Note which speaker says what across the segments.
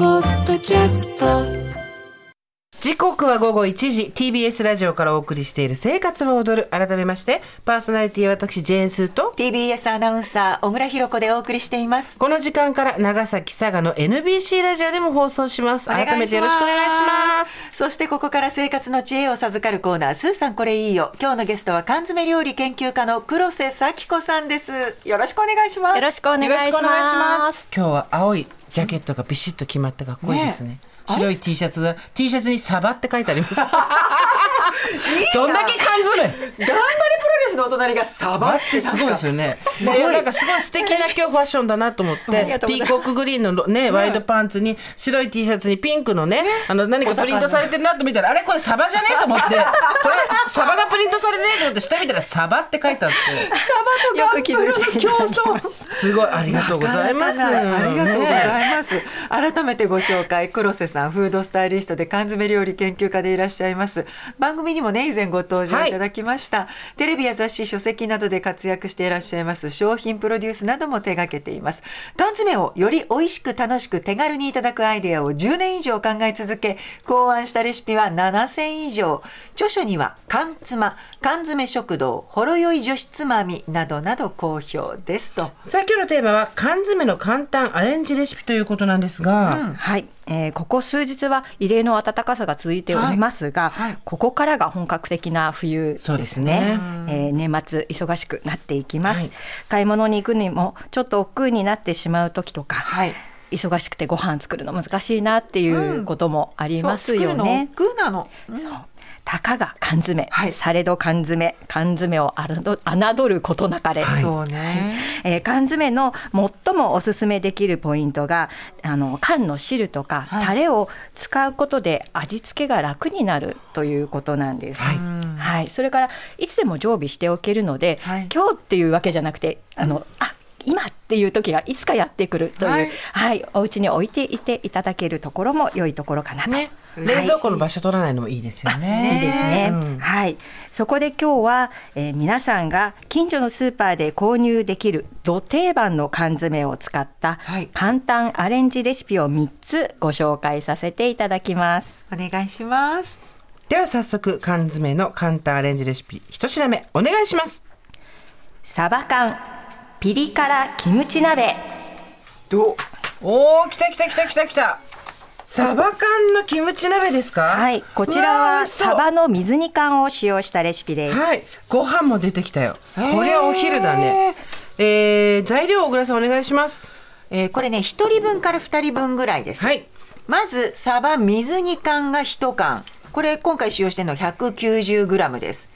Speaker 1: キャスト
Speaker 2: 時刻は午後1時 TBS ラジオからお送りしている「生活は踊る」改めましてパーソナリティは私ジェーンスーと
Speaker 3: TBS アナウンサー小倉弘子でお送りしています
Speaker 2: この時間から長崎佐賀の NBC ラジオでも放送します
Speaker 3: お願いします
Speaker 2: 改めてよろしくお願いします
Speaker 3: そしてここから生活の知恵を授かるコーナースーさんこれいいよ今日のゲストは缶詰料理研究家の黒瀬咲子さんですよろしくお願いします
Speaker 4: よろしくお願いします。
Speaker 2: 今日は青いジャケットがビシッと決まってかっこいいですね
Speaker 3: ね
Speaker 2: 白い T シャツが T シャツに「サバ」って書いてありますどんだけ缶詰
Speaker 3: 頑張れプロレスのお隣がサバ
Speaker 2: バ
Speaker 3: っ
Speaker 2: ってて
Speaker 3: なんか
Speaker 2: すごいですよね。いやなんかすごい素敵な今日ファッションだなと思って、ピーコックグリーンのロねワイドパンツに白い T シャツにピンクのねあの何かプリントされてるなと見たらあれこれサバじゃねと思って、これサバがプリントされてないと思って下見たらサバって書いてあって、
Speaker 3: サバとガンプルの競争
Speaker 2: すごいありがとうございます。
Speaker 3: なかなかないありがとうご
Speaker 2: ね
Speaker 3: ざいます、改めてご紹介黒瀬さんフードスタイリストで缶詰料理研究家でいらっしゃいます番組にもね以前ご登場いただきました、テレビや雑誌書籍などで活躍していらっしゃいます商品プロデュースなども手掛けています缶詰をより美味しく楽しく手軽にいただくアイデアを10年以上考え続け考案したレシピは7000以上著書には缶妻缶詰食堂ほろ酔い女子つまみなどなど好評ですと
Speaker 2: さあ今日のテーマは缶詰の簡単アレンジレシピということなんですが、
Speaker 4: はい、えーここ数日は異例の暖かさが続いておりますが、
Speaker 3: はいはい
Speaker 4: ここからが本格的な冬ですね
Speaker 2: そうですね
Speaker 4: えー年末忙しくなっていきます、
Speaker 2: はい
Speaker 4: 買い物に行くにもちょっと億劫になってしまう時とか、
Speaker 3: はい
Speaker 4: 忙しくてご飯作るの難しいなっていうこともありま
Speaker 3: そ
Speaker 4: す
Speaker 3: う
Speaker 4: よね、
Speaker 3: 作るの億劫なの。
Speaker 4: たかが缶詰、
Speaker 3: はい
Speaker 4: されど缶詰缶詰をあらど侮ることなかれ、
Speaker 3: そうね。
Speaker 4: えー缶詰の最もおすすめできるポイントがあの缶の汁とか
Speaker 3: はい
Speaker 4: タレを使うことで味付けが楽になるということなんです。
Speaker 2: は
Speaker 4: はいいそれからいつでも常備しておけるので、
Speaker 3: はい
Speaker 4: 今日っていうわけじゃなくてあの、あ今っていう時がいつかやってくるという、
Speaker 3: は
Speaker 4: はいいお家に置いていていただけるところも良いところかなと。
Speaker 2: ね冷蔵庫の場所取らないのもいいですよね。
Speaker 4: いいですね、
Speaker 2: うん
Speaker 4: はいそこで今日は、えー皆さんが近所のスーパーで購入できるど定番の缶詰を使った
Speaker 3: はい
Speaker 4: 簡単アレンジレシピを3つご紹介させていただきます
Speaker 3: お願いします。
Speaker 2: では早速缶詰の簡単アレンジレシピ一品目お願いします
Speaker 4: サバ缶ピリ辛キムチ鍋
Speaker 3: どう？
Speaker 2: おお来た来た来た来た来たサバ缶のキムチ鍋ですか
Speaker 4: はいこちら
Speaker 2: うわー美
Speaker 4: は
Speaker 2: 味しそう
Speaker 4: サバの水煮缶を使用したレシピです
Speaker 2: はいご飯も出てきたよ
Speaker 3: ー
Speaker 2: これはお昼だねえー、材料を小倉さんお願いします
Speaker 3: えーこれね一人分から二人分ぐらいです。
Speaker 2: はい
Speaker 3: まずサバ水煮缶が一缶。これ今回使用してるの190グラムです。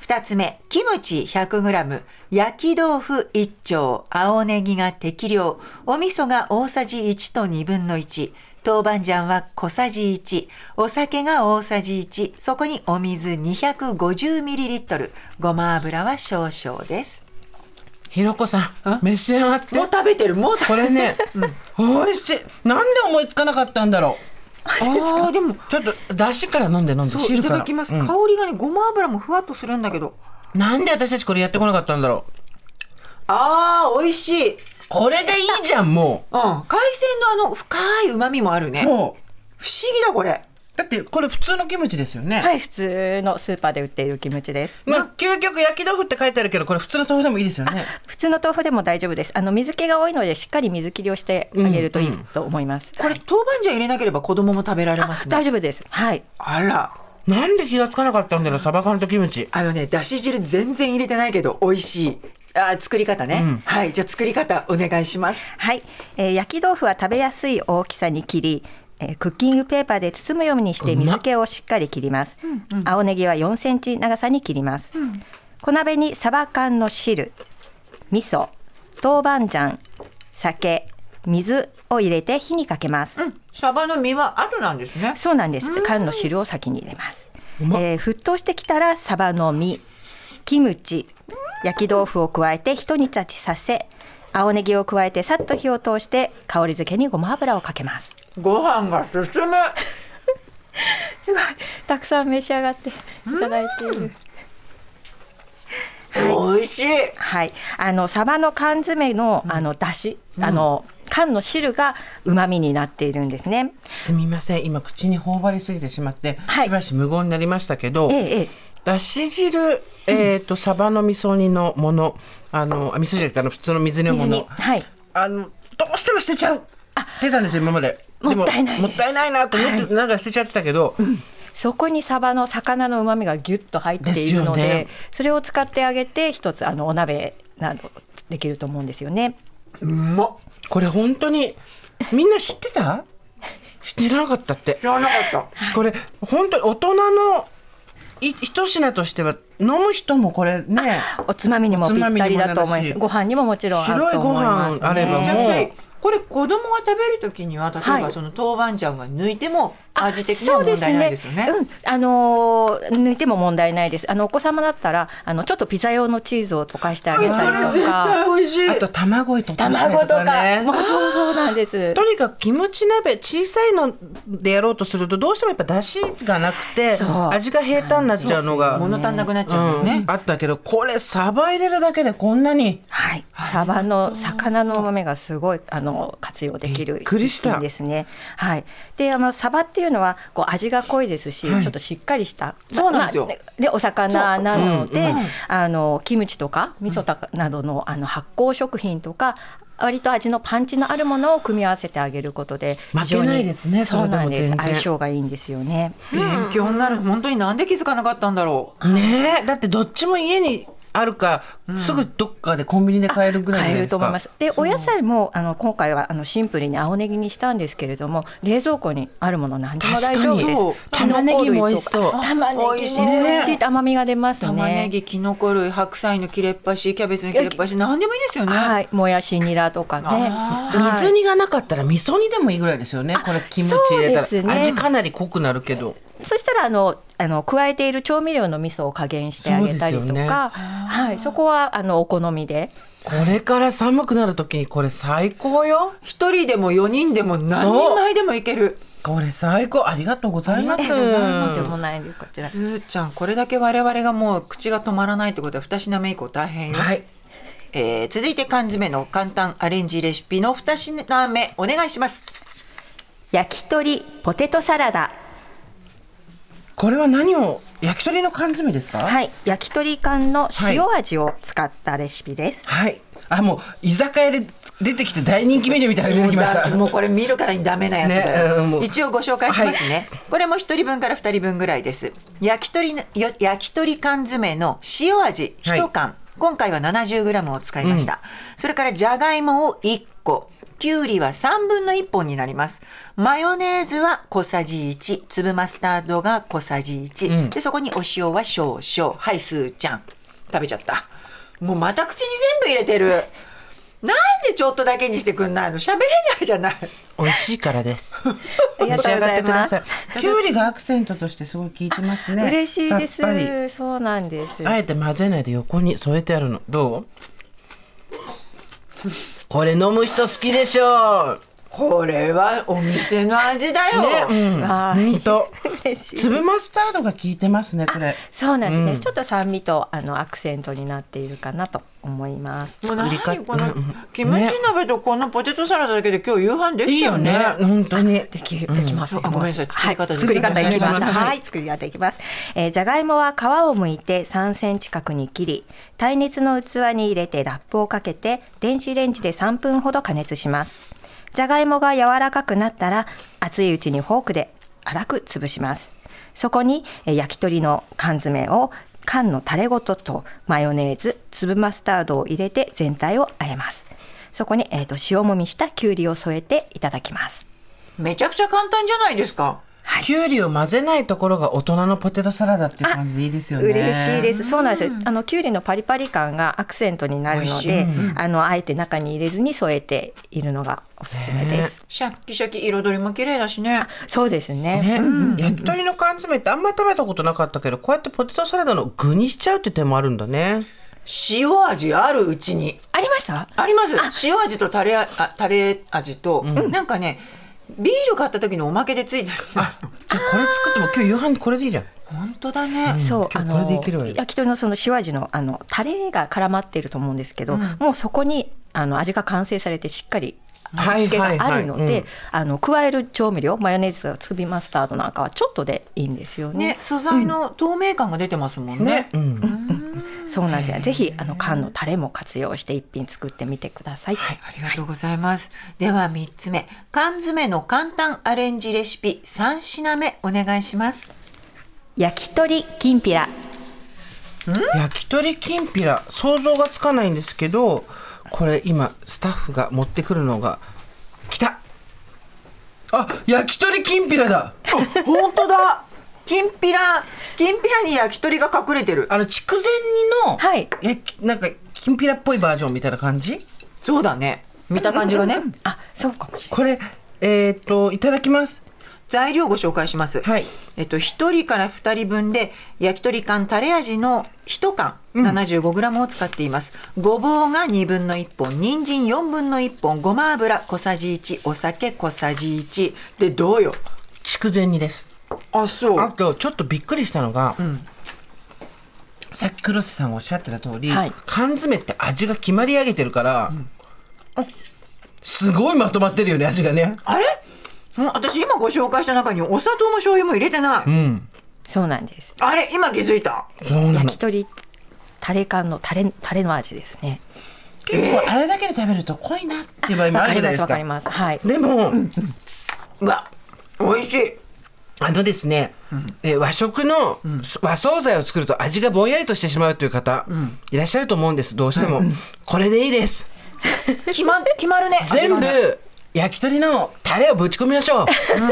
Speaker 3: 二つ目、キムチ100グラム、焼き豆腐1丁、青ネギが適量、お味噌が大さじ1と1分の1、豆板醤は小さじ1、お酒が大さじ1、そこにお水 250ml、ごま油は少々です。
Speaker 2: ひろこさん召し上がって
Speaker 3: 食べてる、もう
Speaker 2: これね、美味しいなんで思いつかなかったんだろ
Speaker 3: ああ、でも、
Speaker 2: うちょっと出汁から飲んで飲んで
Speaker 3: そう、
Speaker 2: 汁
Speaker 3: い
Speaker 2: か
Speaker 3: た
Speaker 2: ら
Speaker 3: だきます。
Speaker 2: うん
Speaker 3: 香りがね、ごま油もふわっとするんだけど。
Speaker 2: なんで私たちこれやってこなかったんだろう
Speaker 3: ああ、美味しい。
Speaker 2: これでいいじゃんもう
Speaker 3: うん、海鮮のあの深い旨味もあるね。不思
Speaker 2: そう
Speaker 3: 議だこれ。
Speaker 2: だってこれ普通のキムチですよね、
Speaker 4: はい普通のスーパーで売っているキムチです
Speaker 2: まあ、究極焼き豆腐って書いてあるけどこれ普通の豆腐でもいいですよね
Speaker 4: 普通の豆腐でも大丈夫ですあの水気が多いのでしっかり水切りをしてあげるといいと思います、
Speaker 3: これ豆板醤入れなければ子供も食べられま
Speaker 4: あ
Speaker 3: すね。
Speaker 4: 大丈夫ですはい
Speaker 3: あら、
Speaker 2: なんで気がつかなかったんだろうサバ缶とキムチ
Speaker 3: あのね、だし汁全然入れてないけど美味しい。あー、作り方ね、はい、じゃあ作り方お願いします。
Speaker 4: はい、えー焼き豆腐は食べやすい大きさに切り、えークッキングペーパーで包むようにして
Speaker 2: うまっ
Speaker 4: 水気をしっかり切ります、青ネギは4センチ長さに切ります、小鍋にサバ缶の汁味噌豆板醤酒水を入れて火にかけます、
Speaker 3: サバの身は後なんですね。
Speaker 4: そうなんです。缶の汁を先に入れます。
Speaker 2: まっ
Speaker 4: えー沸騰してきたらサバの身、キムチ、焼き豆腐を加えて一煮立ちさせ、青ネギを加えてさっと火を通して香り付けにごま油をかけます。
Speaker 3: ご飯が進む。
Speaker 4: すごいたくさん召し上がっていただいている。
Speaker 3: 美味しい。
Speaker 4: はい、あのサバの缶詰のあの出汁、あの缶の汁が旨味になっているんですね。
Speaker 2: すみません今口に頬張りすぎてしまって、
Speaker 4: はい
Speaker 2: しばし無言になりましたけど、
Speaker 4: ええええ
Speaker 2: だし汁、えー、とサバの味噌煮のものあのあ味噌汁じゃなくてあの普通の水煮のも
Speaker 4: 水に
Speaker 2: の、
Speaker 4: はい
Speaker 2: あのどうしても捨てちゃう出たんですよ今まで。で
Speaker 4: もったいないです
Speaker 2: もったいないなと思って、
Speaker 4: は
Speaker 2: なんか捨てちゃってたけど、
Speaker 4: そこにサバの魚の旨味がギュッと入っているので
Speaker 2: ですよね
Speaker 4: それを使ってあげて一つあのお鍋などできると思うんですよね。
Speaker 2: うまっこれ本当にみんな知ってた知らなかったって
Speaker 3: らなかっ
Speaker 2: これ本当に大人のい一品としては飲む人もこれね
Speaker 4: おつまみにもぴったりだと思
Speaker 2: おつまみにもな
Speaker 4: いま
Speaker 2: る
Speaker 4: す。
Speaker 2: し
Speaker 4: ご飯にももちろんあると思います、ね。
Speaker 2: 白いご飯あれば
Speaker 3: た。
Speaker 2: もう
Speaker 3: じゃあこれ子供が食べるときには例え
Speaker 4: は
Speaker 3: ば
Speaker 4: い
Speaker 3: その豆板醤は抜いても味的に
Speaker 4: そ
Speaker 3: は
Speaker 4: うで
Speaker 3: 問
Speaker 4: す
Speaker 3: 題ないですよね。
Speaker 4: うん、あのー抜いても問題ないです。あのお子様だったらあのちょっとピザ用のチーズを溶かしてあげたりとか、
Speaker 3: 美味しい
Speaker 2: あと卵と
Speaker 4: 卵とか、
Speaker 2: ね
Speaker 4: もうそうそうなんです。
Speaker 2: とにかくキムチ鍋小さいのでやろうとするとどうしてもやっぱ出汁がなくて
Speaker 4: そう
Speaker 2: 味が平坦になっちゃうのが
Speaker 3: 物足んなくなっちゃうもん
Speaker 2: う
Speaker 3: ね
Speaker 2: ん。あったけどこれサバ入れるだけでこんなに
Speaker 4: はい、サバの魚の旨味がすごいあの活用できる
Speaker 2: びっくりした
Speaker 4: 一品ですね。はい。で、あのサバっていうのはこう味が濃いですし、ちょっとしっかりした、
Speaker 3: そうなんですよ
Speaker 4: まあで、お魚なの
Speaker 2: そう
Speaker 4: で、あのキムチとか味噌とかなどのあの発酵食品とか。割と味のパンチのあるものを組み合わせてあげることで
Speaker 2: 負けないですね
Speaker 4: 非常にそうなん
Speaker 2: それ
Speaker 4: で
Speaker 2: ですも全然
Speaker 4: 相性がいいんですよね
Speaker 3: 勉強になる本当になんで気づかなかったんだろう。
Speaker 2: ねえだってどっちも家にあるかすぐどっかでコンビニで買えるぐらいじゃない
Speaker 4: 買える
Speaker 2: です
Speaker 4: と思い
Speaker 2: か
Speaker 4: ます。で、お野菜もあの今回はあのシンプルに青ネギにしたんですけれども、冷蔵庫にあるもの何でも大丈夫です
Speaker 3: そう。
Speaker 4: キノコ
Speaker 2: 玉ねぎも美味
Speaker 4: 類と
Speaker 2: し
Speaker 4: か
Speaker 2: そう
Speaker 4: 玉ねぎも美
Speaker 3: 美
Speaker 4: 味
Speaker 3: 味し
Speaker 4: し
Speaker 3: いね
Speaker 4: い甘みが出ますね。
Speaker 3: 玉ねぎ、きのこ類、白菜の切れっ端、キャベツの切れっ端、なんでもいいですよね。
Speaker 4: はい、もやしニラとかね。
Speaker 3: あ
Speaker 4: はい
Speaker 2: 水煮がなかったら味噌煮でもいいぐらいですよねこれキムチ入れた
Speaker 4: そうですね
Speaker 2: ら味かなり濃くなるけど
Speaker 4: そしたらあのあの加えている調味料の味噌を加減してあげたりと
Speaker 2: そうです
Speaker 4: か、
Speaker 2: よね
Speaker 4: はい、そこはあのお好みで。
Speaker 2: これから寒くなる時にこれ最高よ
Speaker 3: 一人でも四人でも何人前でもいける。
Speaker 2: これ最高ありがとうございます
Speaker 3: ありがとうござい
Speaker 4: とん
Speaker 3: ま
Speaker 4: でもないんですこちら
Speaker 3: す。ーちゃん、これだけ我々がもう口が止まらないってことは二品目以降大変よ。
Speaker 2: はい
Speaker 3: えー続いて缶詰の簡単アレンジレシピの二品目お願いします。
Speaker 4: 焼き鳥ポテトサラダ。
Speaker 2: これは何を焼き鳥の缶詰ですかい、
Speaker 4: はい、焼き鳥缶の塩味を使ったレシピです。
Speaker 2: はい、あもう居酒屋で出てきて大人気メニューみたいなの出てきました
Speaker 3: もうだもうこれ見るからにダメなやつだ
Speaker 2: ね
Speaker 3: よ、
Speaker 2: うんもう
Speaker 3: 一応ご紹介しますね、これも一人分から二人分ぐらいです焼き鳥のよ焼き鳥缶詰の塩味一缶、今回は 70g を使いました、それからじゃがいもを1個きゅうりは3分の1本になりますマヨネーズは小さじ1粒マスタードが小さじ1、でそこにお塩は少々はいすーちゃん食べちゃったもうまた口に全部入れてるなんでちょっとだけにしてくんないの喋れないじゃない。
Speaker 2: 美味しいからです
Speaker 4: ありがとうございます
Speaker 2: 召し上がってくださいきゅうりがアクセントとしてすごい効いてますね
Speaker 4: 嬉しいで
Speaker 2: さっぱり
Speaker 4: す。そうなんです。
Speaker 2: あえて混ぜないで横に添えてあるのどうこれ飲む人好きでしょう
Speaker 3: これはお店の味だよ。
Speaker 2: ね、うん、
Speaker 4: わあ
Speaker 2: 本当。
Speaker 4: 嬉しい。
Speaker 2: 粒マスタードが効いてますね、これ。
Speaker 4: そうなんですね。ちょっと酸味とあのアクセントになっているかなと思います。
Speaker 3: もう
Speaker 2: 作り方
Speaker 3: 何この
Speaker 2: うん
Speaker 3: キムチ鍋とこのポテトサラダだけで今日夕飯で
Speaker 2: い
Speaker 3: き
Speaker 2: い
Speaker 3: ちゃ
Speaker 2: よ
Speaker 3: う
Speaker 2: ね
Speaker 3: ね。、
Speaker 2: 本当に。
Speaker 4: できるできます、
Speaker 3: うんあごめんなさい作り方
Speaker 4: は
Speaker 3: で
Speaker 4: い、
Speaker 3: す
Speaker 4: 作り方いきま
Speaker 2: お願い
Speaker 4: す
Speaker 2: します
Speaker 4: はい作り方いきます、えー、じゃがいもは皮を剥いて3センチ角に切り耐熱の器に入れてラップをかけて電子レンジで3分ほど加熱しますじゃがいもが柔らかくなったら熱いうちにフォークで粗く潰しますそこに、えー焼き鳥の缶詰を缶のタレごととマヨネーズ粒マスタードを入れて全体をあえますそこに、えー、と塩もみしたきゅうりを添えていただきます
Speaker 3: めちゃくちゃ簡単じゃないですか。
Speaker 2: きゅうりを混ぜないところが大人のポテトサラダっていう感じでいいですよね。。
Speaker 4: 嬉しいですす。そうなんですよ。あのきゅうりのパリパリ感がアクセントになるので、あのあえて中に入れずに添えているのがおすすめです。
Speaker 3: シャッキシャキ彩りも綺麗だしね。
Speaker 4: そうですね。
Speaker 2: ね、焼き鳥の缶詰ってあんまり食べたことなかったけど、こうやってポテトサラダの具にしちゃうって手もあるんだね。
Speaker 3: 塩味あるうちに。
Speaker 4: ありました？
Speaker 3: あります。塩味とタレあタレ味と、なんかねビール買った時のおまけでついてる。
Speaker 2: じゃあこれ作っても今日夕飯これでいいじゃん。
Speaker 3: 本当だね。
Speaker 4: そう、
Speaker 2: 今日これ
Speaker 4: あの
Speaker 2: でいけるわよ
Speaker 4: 焼き鳥のその塩味のあのタレが絡まっていると思うんですけど、もうそこにあの味が完成されてしっかり味付けがあるの
Speaker 2: はいはいはい
Speaker 4: で
Speaker 2: うん
Speaker 4: あの加える調味料マヨネーズがつびマスタードなんかはちょっとでいいんですよね
Speaker 3: ね、素材の透明感が出てますもんね
Speaker 2: ね。。うん
Speaker 4: そうなんですよぜひあの缶のタレも活用して一品作ってみてください、
Speaker 3: ありがとうございます。では三つ目、缶詰の簡単アレンジレシピ三品目お願いします。
Speaker 4: 焼き鳥きんぴら
Speaker 2: 焼き鳥きんぴら想像がつかないんですけどこれ今スタッフが持ってくるのが来たあ焼き鳥きんぴらだ
Speaker 3: 本当だ。 きんぴら、きんぴらに焼き鳥が隠れてる。
Speaker 2: あの筑前煮の、
Speaker 4: はい
Speaker 2: 焼きなんかきんぴらっぽいバージョンみたいな感じ
Speaker 3: そうだね。見た感じがね。
Speaker 4: あそうかもしれない
Speaker 2: これえっ、といただきます
Speaker 3: 材料をご紹介します。
Speaker 2: はい
Speaker 3: えっと一人から二人分で焼き鳥缶タレ味の一缶75グラムを使っています。ごぼうが二分の一本、人参四分の一本、ごま油小さじ一、お酒小さじ一でどうよ。
Speaker 2: 筑前煮です
Speaker 3: あそ
Speaker 2: あ。とちょっとびっくりしたのが、さっき黒瀬さんがおっしゃってた通り、
Speaker 4: はい
Speaker 2: 缶詰って味が決まり上げてるから、すごいまとまってるよね味がね
Speaker 3: あれ？うん私今ご紹介した中にお砂糖も醤油も入れてない。
Speaker 4: そうなんです
Speaker 3: あれ今気づいた。
Speaker 2: そうなの
Speaker 4: 焼き鳥タレ缶のタレタレの味ですね
Speaker 2: 結構あれだけで食べると濃いなっていう場合も
Speaker 4: わ
Speaker 2: あるじ
Speaker 4: かり
Speaker 2: ゃないで
Speaker 4: ま
Speaker 2: すす
Speaker 4: わ
Speaker 2: か
Speaker 4: かりますはい
Speaker 2: でも、
Speaker 3: うわ、美味しい。
Speaker 2: あのですね、えー和食の和惣菜を作ると味がぼんやりとしてしまうという方、いらっしゃると思うんですどうしても、これでいいです
Speaker 3: 決ま決まるね。
Speaker 2: 全
Speaker 3: 味がね
Speaker 2: 部焼き鳥のタレをぶち込みましょう、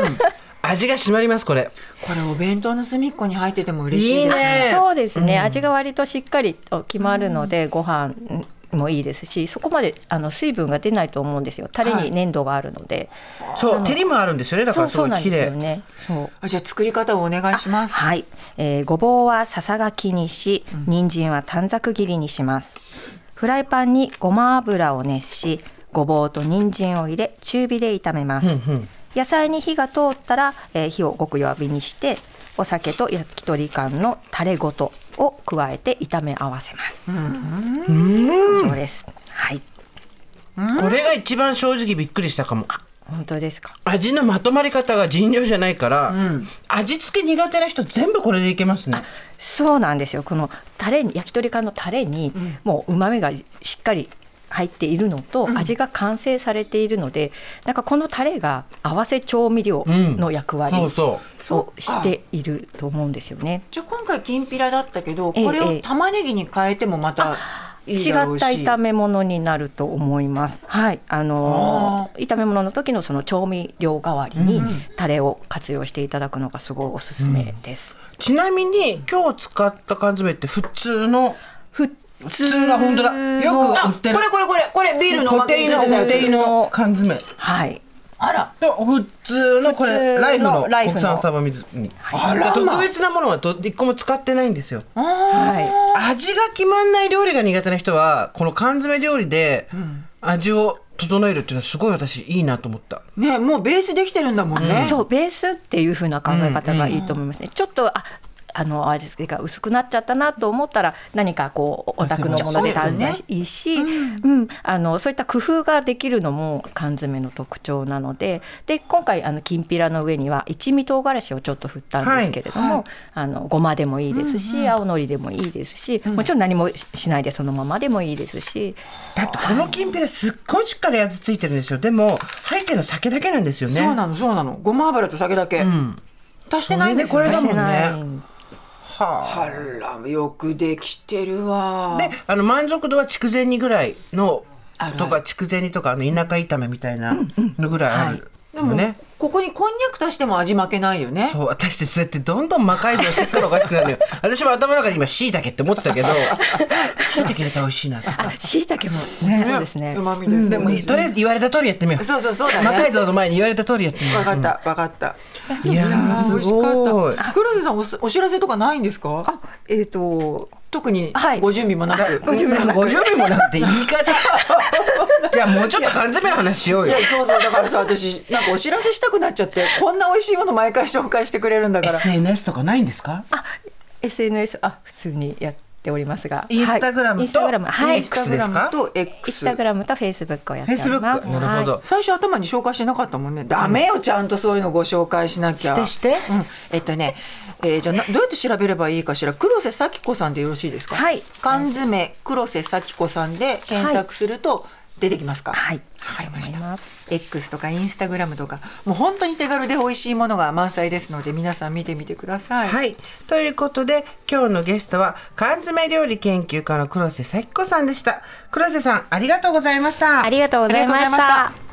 Speaker 2: 味が締まりますこれ
Speaker 3: これお弁当の隅っこに入ってても嬉しいです
Speaker 2: いいね
Speaker 4: そうですね、味が割としっかりと決まるので、ご飯もいいですしそこまであの水分が出ないと思うんですよタレに粘度があるので、
Speaker 2: そう照りもあるんですよねだか
Speaker 4: そ
Speaker 2: ら
Speaker 4: う
Speaker 2: す
Speaker 4: そ
Speaker 2: ご
Speaker 4: うないん
Speaker 2: 綺
Speaker 4: です
Speaker 2: 麗
Speaker 4: よねそう
Speaker 3: あじゃあ作り方をお願いします。
Speaker 4: はい、えーごぼうはささがきにし人参は短冊切りにしますフライパンにごま油を熱しごぼうと人参を入れ中火で炒めます、野菜に火が通ったら、えー火をごく弱火にしてお酒と焼き鳥缶のタレごとを加えて炒め合わせます以上ですはい
Speaker 2: これが一番正直びっくりしたかも
Speaker 4: 本当ですか
Speaker 2: 味のまとまり方が尋常じゃないから、味付け苦手な人全部これでいけますね
Speaker 4: そうなんですよこのタレに焼き鳥缶のタレにもううまみがしっかり入っているのと味が完成されているので、なんかこのタレが合わせ調味料の役割
Speaker 2: そう
Speaker 4: を
Speaker 2: そう
Speaker 4: していると思うんですよね。
Speaker 3: じゃあ今回きんぴらだったけど、
Speaker 4: ええ
Speaker 3: これを玉ねぎに変えてもまたいい
Speaker 4: 違っ
Speaker 3: だろうし。
Speaker 4: た炒め物になると思います。はい、あのー炒め物の時のその調味料代わりにタレを活用していただくのがすごいおすすめです。
Speaker 2: ちなみに今日使った缶詰って普通の
Speaker 4: 普
Speaker 2: 普通が本当だよく売ってる
Speaker 3: これこれこれこれビールの
Speaker 2: 固
Speaker 3: おまけに
Speaker 2: 定の
Speaker 3: 入れて
Speaker 2: 固
Speaker 3: たやつ
Speaker 2: 定の缶詰
Speaker 4: はい、
Speaker 3: あら
Speaker 2: と普通のこ
Speaker 4: 普通
Speaker 2: れ
Speaker 4: の
Speaker 2: ライフの
Speaker 4: ライフの
Speaker 2: 国産サバ水煮
Speaker 3: あらま
Speaker 2: 特別なものはど一個も使ってないんですよ
Speaker 4: はい。
Speaker 2: 味が決まんない料理が苦手な人はこの缶詰料理で味を整えるっていうのはすごい私いいなと思った、
Speaker 3: ねもうベースできてるんだもんね。
Speaker 4: そうベースっていう風な考え方がいいと思いますね。ちょっとああの味付けが薄くなっちゃったなと思ったら何かこうお宅のもので食べたらいいし、うん、あのそういった工夫ができるのも缶詰の特徴なので、で今回あのきんぴらの上には一味唐辛子をちょっと振ったんですけれども、あのごまでもいいですし、青のりでもいいですし、もちろん何もしないでそのままでもいいですし、
Speaker 2: だってこのきんぴらすっごいしっかり味ついてるんですよでも入ってるの酒だけなんですよね
Speaker 3: そうなのそうなの。ごま油と酒だけ。足してないんです
Speaker 2: そ
Speaker 3: よ
Speaker 2: れでこれだもんね
Speaker 4: ない
Speaker 2: は
Speaker 3: あらよくできてるわ
Speaker 2: あ。であの満足度は筑前煮ぐらいの
Speaker 3: あるある
Speaker 2: とか筑前煮とかあの田舎炒めみたいなのぐらいある
Speaker 3: で
Speaker 2: の
Speaker 3: も
Speaker 2: ね、
Speaker 3: ねここにこんにゃく足しても味負けないよね。
Speaker 2: そう私ってそうやってどんどん魔改造してっからおかしくなるのよ 私も頭の中に今しいたけって思ってたけ どしいたけ入れたら美味しいなとか
Speaker 4: あ、椎茸も美味しそうですね。
Speaker 3: うまみです。
Speaker 2: でもとりあえず言われた通りやってみよう
Speaker 3: そうそうそうだね
Speaker 2: 魔改造の前に言われた通りやってみよ
Speaker 3: わかったわかった。
Speaker 2: ういやーすごい
Speaker 3: た。黒瀬さんおすお知らせとかないんですか？
Speaker 4: あ、えっ、と、
Speaker 3: 特に
Speaker 4: はい
Speaker 3: ご準備もなく、
Speaker 4: ご準備もなく
Speaker 2: ご準備もなくて言い方 じゃあもうちょっと缶詰の話しよう
Speaker 3: い
Speaker 2: よ
Speaker 3: やそうそうだからさ私なんかお知らせしたくなっちゃってこんな美味しいもの毎回紹介してくれるんだから
Speaker 2: SNS とかないんですか
Speaker 4: SNS、あ、普通にやってっておりますが、
Speaker 2: インスタグラムと
Speaker 4: インスタグラム、はい、イ
Speaker 2: イ
Speaker 4: ン
Speaker 2: ン
Speaker 4: ス
Speaker 2: スタグラム
Speaker 3: と
Speaker 4: タ
Speaker 3: X
Speaker 4: グラムとフェイスブックをやっ
Speaker 2: フェ
Speaker 4: てお
Speaker 2: イスブ
Speaker 4: りま
Speaker 2: ッ
Speaker 4: す。
Speaker 2: クなるほ
Speaker 4: はい
Speaker 2: ど、
Speaker 3: 最初頭に紹介してなかったもんねダメよちゃんとそういうのご紹介しなきゃ
Speaker 2: してして
Speaker 3: うん、えっとね、えーじゃあなどうやって調べればいいかしら黒瀬咲子さんでよろしいですか
Speaker 4: はい
Speaker 3: 缶詰黒瀬咲子さんで検索すると出てきますか
Speaker 4: はい
Speaker 3: わかりまし
Speaker 4: 思い
Speaker 3: た
Speaker 4: ます
Speaker 3: X とかインスタグラムとかもう本当に手軽で美味しいものが満載ですので皆さん見てみてください
Speaker 2: はいということで今日のゲストは缶詰料理研究家の黒瀬咲子さんでした黒瀬さんありがとうございました
Speaker 4: ありがとうございま
Speaker 3: ありがとうございま
Speaker 4: し
Speaker 3: したた。